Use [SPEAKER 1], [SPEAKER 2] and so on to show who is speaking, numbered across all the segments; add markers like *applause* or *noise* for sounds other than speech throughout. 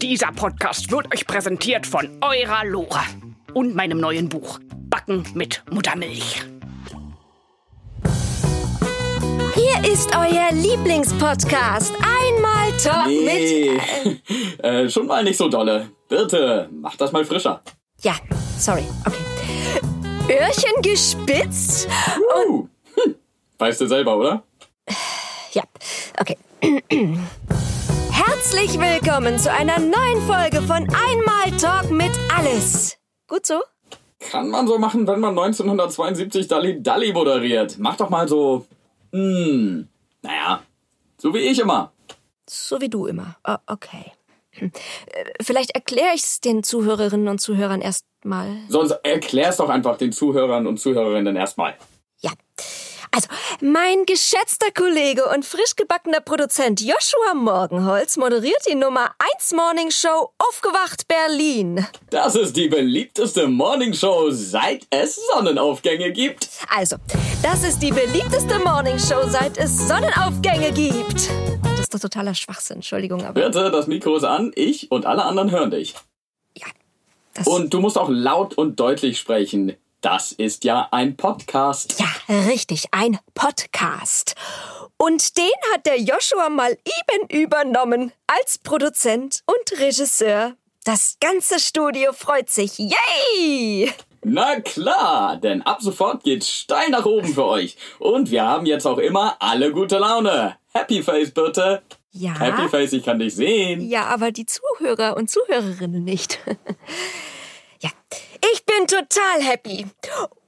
[SPEAKER 1] Dieser Podcast wird euch präsentiert von eurer Lora und meinem neuen Buch Backen mit Muttermilch.
[SPEAKER 2] Hier ist euer Lieblingspodcast. Einmal Talk mit.
[SPEAKER 3] Nee. äh, schon mal nicht so dolle. Bitte, mach das mal frischer.
[SPEAKER 2] Ja, sorry, okay. Öhrchen gespitzt?
[SPEAKER 3] Uh. Hm. Weißt du selber, oder?
[SPEAKER 2] Ja, okay. *clears throat* Herzlich willkommen zu einer neuen Folge von Einmal Talk mit Alles. Gut so?
[SPEAKER 3] Kann man so machen, wenn man 1972 Dalli Dalli moderiert. Mach doch mal so. Hm. Naja, so wie ich immer.
[SPEAKER 2] So wie du immer. O- okay. Hm. Äh, Vielleicht erkläre ich es den Zuhörerinnen und Zuhörern erstmal.
[SPEAKER 3] Sonst erklär's doch einfach den Zuhörern und Zuhörerinnen erstmal.
[SPEAKER 2] Ja. Also, mein geschätzter Kollege und frisch gebackener Produzent Joshua Morgenholz moderiert die Nummer 1 Morning Show Aufgewacht Berlin.
[SPEAKER 3] Das ist die beliebteste Morningshow, seit es Sonnenaufgänge gibt.
[SPEAKER 2] Also, das ist die beliebteste Morning Show, seit es Sonnenaufgänge gibt. Das ist doch totaler Schwachsinn, Entschuldigung, aber
[SPEAKER 3] Bitte, das Mikro ist an, ich und alle anderen hören dich.
[SPEAKER 2] ja. Das
[SPEAKER 3] Und du musst auch laut und deutlich sprechen. Das ist ja ein Podcast.
[SPEAKER 2] ja, richtig, ein Podcast. Und den hat der Joshua mal eben übernommen als Produzent und Regisseur. Das ganze Studio freut sich. Yay!
[SPEAKER 3] Na klar, denn ab sofort geht's steil nach oben für euch. Und wir haben jetzt auch immer alle gute Laune. Happy Face bitte.
[SPEAKER 2] Ja.
[SPEAKER 3] Happy Face, ich kann dich sehen.
[SPEAKER 2] Ja, aber die Zuhörer und Zuhörerinnen nicht. *laughs* ja, ich bin total happy.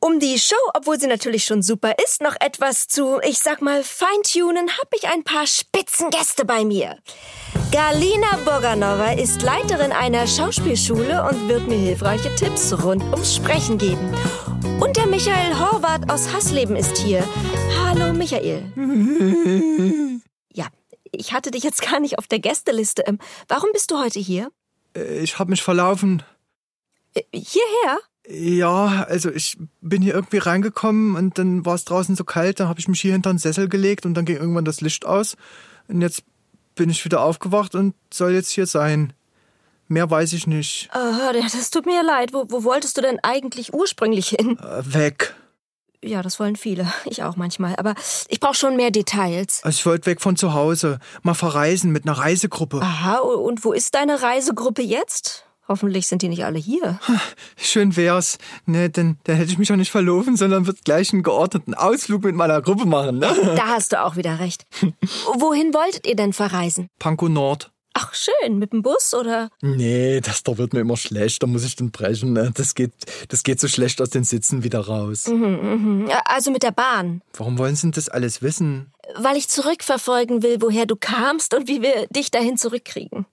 [SPEAKER 2] Um die Show, obwohl sie natürlich schon super ist, noch etwas zu, ich sag mal, feintunen, habe ich ein paar Spitzengäste bei mir. Galina Boganova ist Leiterin einer Schauspielschule und wird mir hilfreiche Tipps rund ums Sprechen geben. Und der Michael Horvath aus Hassleben ist hier. Hallo Michael. Hm. Ja, ich hatte dich jetzt gar nicht auf der Gästeliste. Ähm, Warum bist du heute hier?
[SPEAKER 4] Äh, Ich habe mich verlaufen.
[SPEAKER 2] Äh, Hierher?
[SPEAKER 4] Ja, also ich bin hier irgendwie reingekommen und dann war es draußen so kalt, dann habe ich mich hier hinter einen Sessel gelegt und dann ging irgendwann das Licht aus. Und jetzt bin ich wieder aufgewacht und soll jetzt hier sein. Mehr weiß ich nicht.
[SPEAKER 2] Oh, das tut mir leid. Wo, wo wolltest du denn eigentlich ursprünglich hin?
[SPEAKER 4] Äh, weg.
[SPEAKER 2] Ja, das wollen viele. Ich auch manchmal. Aber ich brauche schon mehr Details.
[SPEAKER 4] Also ich wollte weg von zu Hause. Mal verreisen mit einer Reisegruppe.
[SPEAKER 2] Aha, u- und wo ist deine Reisegruppe jetzt? Hoffentlich sind die nicht alle hier.
[SPEAKER 4] Schön wär's. Ne, denn dann hätte ich mich auch nicht verlaufen, sondern würde gleich einen geordneten Ausflug mit meiner Gruppe machen, ne?
[SPEAKER 2] Da hast du auch wieder recht. Wohin wolltet ihr denn verreisen?
[SPEAKER 4] Pankow Nord.
[SPEAKER 2] Ach schön, mit dem Bus oder?
[SPEAKER 4] Nee, das, da wird mir immer schlecht, da muss ich dann brechen. ne? Das geht, das geht so schlecht aus den Sitzen wieder raus.
[SPEAKER 2] Mhm, Also mit der Bahn.
[SPEAKER 4] Warum wollen Sie denn das alles wissen?
[SPEAKER 2] Weil ich zurückverfolgen will, woher du kamst und wie wir dich dahin zurückkriegen.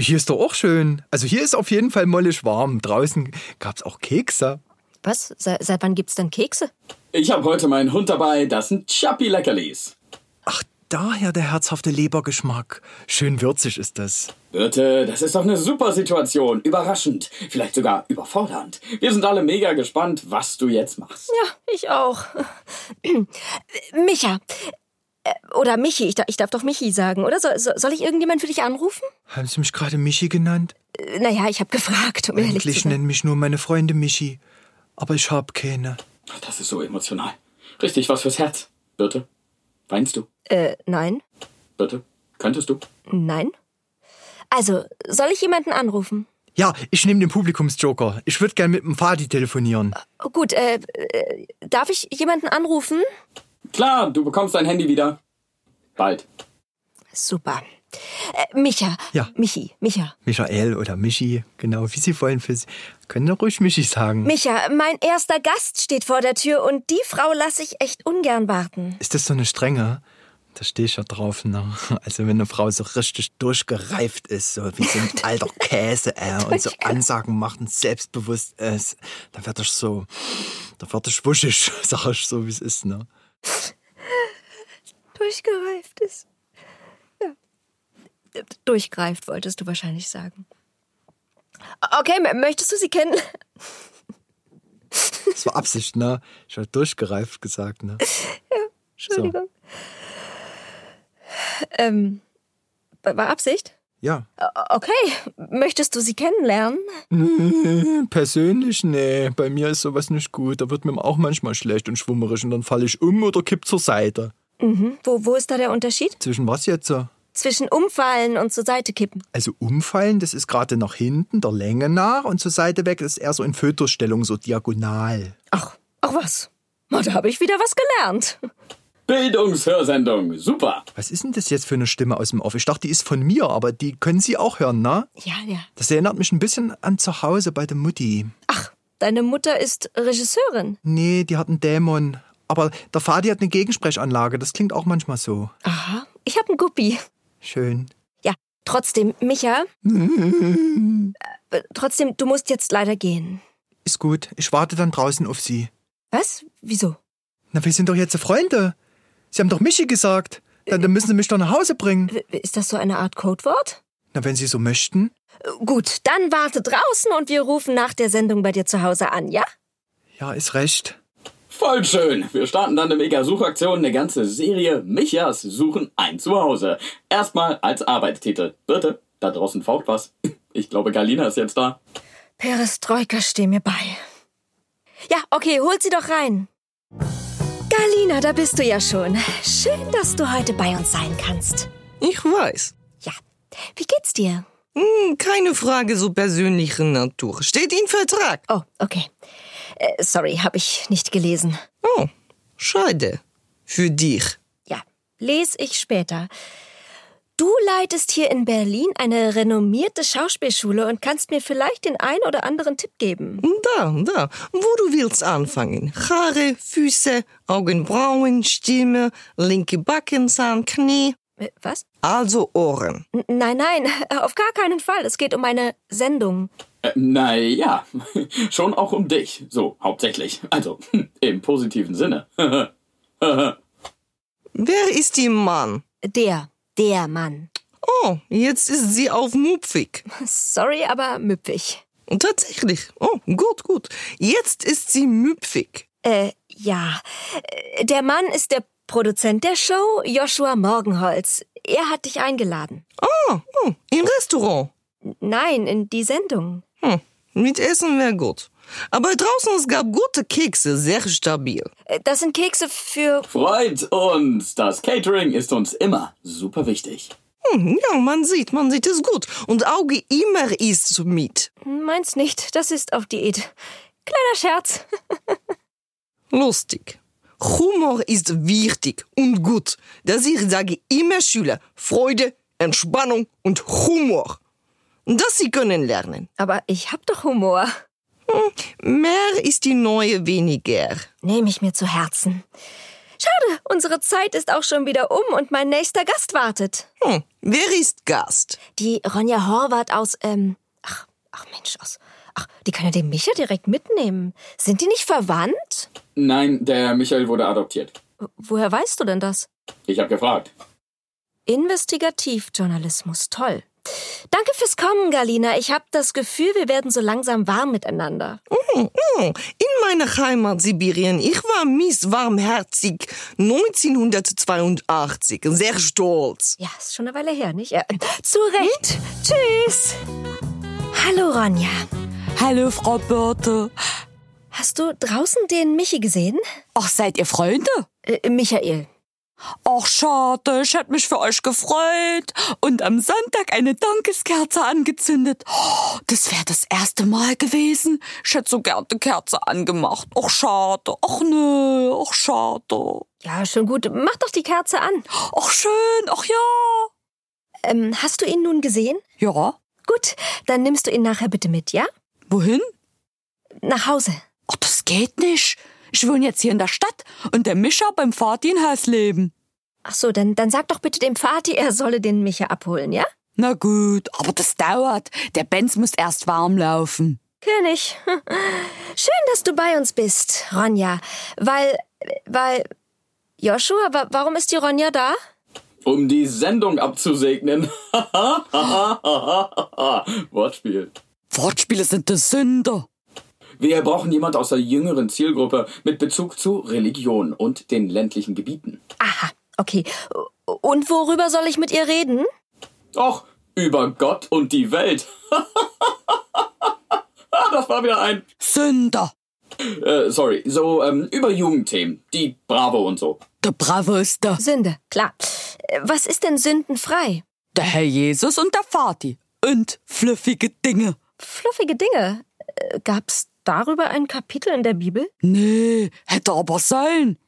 [SPEAKER 4] Hier ist doch auch schön. Also hier ist auf jeden Fall mollig warm. Draußen gab's auch Kekse.
[SPEAKER 2] Was? Se seit wann gibt's denn Kekse?
[SPEAKER 3] Ich habe heute meinen Hund dabei, das sind Chappi Leckerlis.
[SPEAKER 4] Ach, daher der herzhafte Lebergeschmack. Schön würzig ist das.
[SPEAKER 3] Bitte, das ist doch eine super Situation. Überraschend, vielleicht sogar überfordernd. Wir sind alle mega gespannt, was du jetzt machst.
[SPEAKER 2] Ja, ich auch. *clears throat* Micha. Äh, Oder Michi, ich, da- ich darf doch Michi sagen, oder? So, so, soll ich irgendjemand für dich anrufen?
[SPEAKER 4] Haben Sie mich gerade Michi genannt?
[SPEAKER 2] Äh, Naja, ich habe gefragt, um ehrlich
[SPEAKER 4] Eigentlich
[SPEAKER 2] zu sein.
[SPEAKER 4] nennen mich nur meine Freunde Michi. Aber ich hab keine.
[SPEAKER 3] Ach, Das ist so emotional. Richtig, was fürs Herz. Bitte, weinst du?
[SPEAKER 2] Äh, nein,
[SPEAKER 3] Bitte, könntest du?
[SPEAKER 2] nein. Also, soll ich jemanden anrufen?
[SPEAKER 4] Ja, ich nehme den Publikumsjoker. Ich würde gern mit dem Fadi telefonieren.
[SPEAKER 2] Oh, gut, äh, äh, darf ich jemanden anrufen?
[SPEAKER 3] Klar, du bekommst dein Handy wieder. Bald.
[SPEAKER 2] Super. Äh, Micha.
[SPEAKER 4] Ja.
[SPEAKER 2] Michi, Micha.
[SPEAKER 4] Michael oder Michi, genau, wie Sie wollen. Für Sie. Können doch ruhig Michi sagen.
[SPEAKER 2] Micha, mein erster Gast steht vor der Tür und die Frau lasse ich echt ungern warten.
[SPEAKER 4] Ist das so eine strenge? Da stehe ich ja drauf. Ne? Also wenn eine Frau so richtig durchgereift ist, so wie so ein alter Käse äh, und so Ansagen macht und selbstbewusst ist, dann werd ich so, dann werd ich wuschig, *laughs* sag ich so, wie es ist. Ne?
[SPEAKER 2] Durchgereift ist. Ja. Durchgreift, wolltest du wahrscheinlich sagen. Okay, m- möchtest du sie kennen?
[SPEAKER 4] Das war Absicht, ne? Ich habe durchgereift gesagt, ne?
[SPEAKER 2] Entschuldigung. Ähm, war war Absicht?
[SPEAKER 4] Ja.
[SPEAKER 2] Okay, möchtest du sie kennenlernen?
[SPEAKER 4] Persönlich, nee. Bei mir ist sowas nicht gut. Da wird mir auch manchmal schlecht und schwummerig und dann falle ich um oder kipp zur Seite.
[SPEAKER 2] Hm, Wo, wo ist da der Unterschied?
[SPEAKER 4] Zwischen was jetzt? so?
[SPEAKER 2] Zwischen umfallen und zur Seite kippen.
[SPEAKER 4] Also umfallen, das ist gerade nach hinten, der Länge nach und zur Seite weg, das ist eher so in Fötusstellung, so diagonal.
[SPEAKER 2] Ach, ach was. Na, da habe ich wieder was gelernt.
[SPEAKER 3] Bildungshörsendung, super.
[SPEAKER 4] Was ist denn das jetzt für eine Stimme aus dem Off? Ich dachte, die ist von mir, aber die können Sie auch hören, ne?
[SPEAKER 2] Ja, ja.
[SPEAKER 4] Das erinnert mich ein bisschen an zu Hause bei der Mutti.
[SPEAKER 2] Ach, deine Mutter ist Regisseurin.
[SPEAKER 4] Nee, die hat einen Dämon. Aber der Vati hat eine Gegensprechanlage, das klingt auch manchmal so.
[SPEAKER 2] Aha, ich habe einen Guppi.
[SPEAKER 4] Schön.
[SPEAKER 2] Ja, trotzdem, *laughs* Micha. äh, trotzdem, du musst jetzt leider gehen.
[SPEAKER 4] Ist gut, ich warte dann draußen auf Sie.
[SPEAKER 2] Was? Wieso?
[SPEAKER 4] Na, wir sind doch jetzt Freunde. Sie haben doch Michi gesagt. Dann, dann müssen Sie mich doch nach Hause bringen.
[SPEAKER 2] W- Ist das so eine Art Codewort?
[SPEAKER 4] Na, wenn Sie so möchten.
[SPEAKER 2] Äh, Gut, dann warte draußen und wir rufen nach der Sendung bei dir zu Hause an, ja?
[SPEAKER 4] Ja, ist recht.
[SPEAKER 3] Voll schön. Wir starten dann eine Mega-Suchaktion, eine ganze Serie. Michas suchen ein Zuhause. Erstmal als Arbeitstitel. Bitte, da draußen faucht was. Ich glaube, Galina ist jetzt da.
[SPEAKER 2] Perestroika, steh mir bei. Ja, okay, hol sie doch rein. Galina, da bist du ja schon. Schön, dass du heute bei uns sein kannst.
[SPEAKER 5] Ich weiß.
[SPEAKER 2] Ja, wie geht's dir?
[SPEAKER 5] Hm, keine Frage so persönlicher Natur. Steht in Vertrag.
[SPEAKER 2] Oh, okay. Äh, sorry, hab ich nicht gelesen.
[SPEAKER 5] Oh, schade. Für dich.
[SPEAKER 2] Ja, les ich später. Du leitest hier in Berlin eine renommierte Schauspielschule und kannst mir vielleicht den ein oder anderen Tipp geben.
[SPEAKER 5] Da, da. Wo du willst anfangen. Haare, Füße, Augenbrauen, Stimme, linke Backenzahn, Knie.
[SPEAKER 2] Äh, Was?
[SPEAKER 5] Also Ohren.
[SPEAKER 2] N nein, nein, *laughs* auf gar keinen Fall. Es geht um eine Sendung.
[SPEAKER 3] Äh, naja, *laughs* schon auch um dich. So, hauptsächlich. Also, *laughs* im positiven Sinne. *laughs*
[SPEAKER 5] Wer ist die Mann?
[SPEAKER 2] Der, der Mann.
[SPEAKER 5] Oh, jetzt ist sie auf Mupfig.
[SPEAKER 2] Sorry, aber müpfig.
[SPEAKER 5] Und Tatsächlich. Oh, gut, gut. Jetzt ist sie müpfig.
[SPEAKER 2] Äh, ja. Äh, Der Mann ist der Produzent der Show, Joshua Morgenholz. Er hat dich eingeladen.
[SPEAKER 5] Oh, oh, im Restaurant.
[SPEAKER 2] Nein, in die Sendung.
[SPEAKER 5] Hm, mit Essen wäre gut. Aber draußen es gab gute Kekse, sehr stabil.
[SPEAKER 2] Äh, Das sind Kekse für
[SPEAKER 3] Freut uns. Das Catering ist uns immer super wichtig.
[SPEAKER 5] Hm, ja, man sieht, man sieht es gut. Und Auge immer isst mit.
[SPEAKER 2] Meins nicht, das ist auf Diät. Kleiner Scherz. *laughs*
[SPEAKER 5] Lustig. Humor ist wichtig und gut. Das ich sage immer Schüler. Freude, Entspannung und Humor. Das sie können lernen.
[SPEAKER 2] Aber ich hab doch Humor.
[SPEAKER 5] Mehr ist die neue weniger.
[SPEAKER 2] Nehme ich mir zu Herzen. Schade, unsere Zeit ist auch schon wieder um und mein nächster Gast wartet.
[SPEAKER 5] Hm, wer ist Gast?
[SPEAKER 2] Die Ronja Horvath aus, ähm, ach, ach Mensch, aus, ach, die kann ja den Micha direkt mitnehmen. Sind die nicht verwandt?
[SPEAKER 3] Nein, der Michael wurde adoptiert.
[SPEAKER 2] Woher weißt du denn das?
[SPEAKER 3] Ich habe gefragt.
[SPEAKER 2] Investigativjournalismus, toll. Danke fürs Kommen, Galina. Ich hab das Gefühl, wir werden so langsam warm miteinander.
[SPEAKER 5] Hm, hm. In meiner Heimat Sibirien, ich war Miss Warmherzig 1982. Sehr stolz.
[SPEAKER 2] Ja, ist schon eine Weile her, nicht? Äh, zu Recht. Tschüss. Hallo, Ronja.
[SPEAKER 6] Hallo, Frau Börte.
[SPEAKER 2] Hast du draußen den Michi gesehen?
[SPEAKER 6] Ach, seid ihr Freunde?
[SPEAKER 2] Äh, Michael.
[SPEAKER 6] Ach, schade, ich hätte mich für euch gefreut und am Sonntag eine Dankeskerze angezündet. Oh, das wäre das erste Mal gewesen. Ich hätte so gern die Kerze angemacht. Ach, schade. Ach, nö. Ach, schade.
[SPEAKER 2] Ja, schon gut. Mach doch die Kerze an.
[SPEAKER 6] Ach, schön. Ach, ja.
[SPEAKER 2] Ähm, hast du ihn nun gesehen?
[SPEAKER 6] Ja.
[SPEAKER 2] Gut, dann nimmst du ihn nachher bitte mit, ja?
[SPEAKER 6] Wohin?
[SPEAKER 2] Nach Hause.
[SPEAKER 6] Ach, das geht nicht. Ich wohne jetzt hier in der Stadt und der Mischa beim Vati in Heißleben.
[SPEAKER 2] Ach so, dann, dann sag doch bitte dem Vati, er solle den Micha abholen, ja?
[SPEAKER 6] Na gut, aber das dauert. Der Benz muss erst warm laufen.
[SPEAKER 2] König. *laughs* Schön, dass du bei uns bist, Ronja. Weil, weil, Joshua, wa warum ist die Ronja da?
[SPEAKER 3] Um die Sendung abzusegnen. *laughs* Wortspiel.
[SPEAKER 6] Wortspiele sind eine Sünde.
[SPEAKER 3] Wir brauchen jemand aus der jüngeren Zielgruppe mit Bezug zu Religion und den ländlichen Gebieten.
[SPEAKER 2] Aha, okay. Und worüber soll ich mit ihr reden?
[SPEAKER 3] Ach, über Gott und die Welt. *laughs* Ah, das war wieder ein.
[SPEAKER 6] Sünder.
[SPEAKER 3] Äh, sorry. So, ähm, über Jugendthemen. Die Bravo und so.
[SPEAKER 6] Der Bravo ist der,
[SPEAKER 2] Sünde, klar. Äh, Was ist denn sündenfrei?
[SPEAKER 6] der Herr Jesus und der Vati. Und fluffige Dinge.
[SPEAKER 2] Fluffige Dinge. Äh, Gab's darüber ein Kapitel in der Bibel?
[SPEAKER 6] Nee, hätte aber sollen.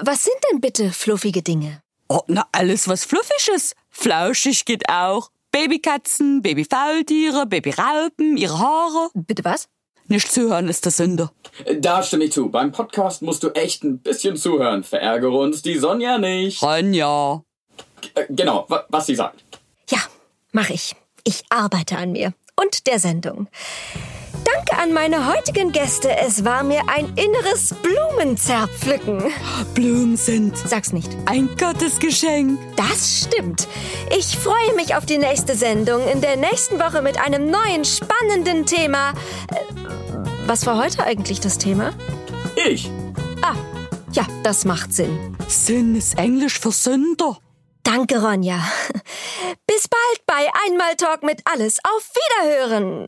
[SPEAKER 2] Was sind denn bitte fluffige Dinge?
[SPEAKER 6] Oh, na, alles was fluffig ist. Flauschig geht auch. Babykatzen, Babyfaultiere, Babyraupen, ihre Haare.
[SPEAKER 2] Bitte was?
[SPEAKER 6] Nicht zuhören ist der Sünde.
[SPEAKER 3] Äh, Da stimme ich zu. Beim Podcast musst du echt ein bisschen zuhören. Verärgere uns die Sonja nicht.
[SPEAKER 6] Ronja.
[SPEAKER 3] Äh, genau, wa- was sie sagt.
[SPEAKER 2] Ja, mach ich. Ich arbeite an mir und der Sendung. Danke an meine heutigen Gäste. Es war mir ein inneres Blumenzerpflücken.
[SPEAKER 6] Blumen sind
[SPEAKER 2] Sag's nicht.
[SPEAKER 6] ein Gottesgeschenk.
[SPEAKER 2] Das stimmt. Ich freue mich auf die nächste Sendung in der nächsten Woche mit einem neuen spannenden Thema. Äh, Was war heute eigentlich das Thema?
[SPEAKER 3] Ich.
[SPEAKER 2] Ah, ja, das macht Sinn.
[SPEAKER 6] Sinn ist Englisch für Sünder.
[SPEAKER 2] Danke, Ronja. Bis bald bei Einmal Talk mit alles. Auf Wiederhören.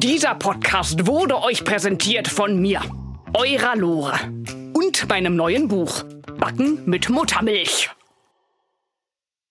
[SPEAKER 1] Dieser Podcast wurde euch präsentiert von mir, eurer Lore. Und meinem neuen Buch, Backen mit Muttermilch.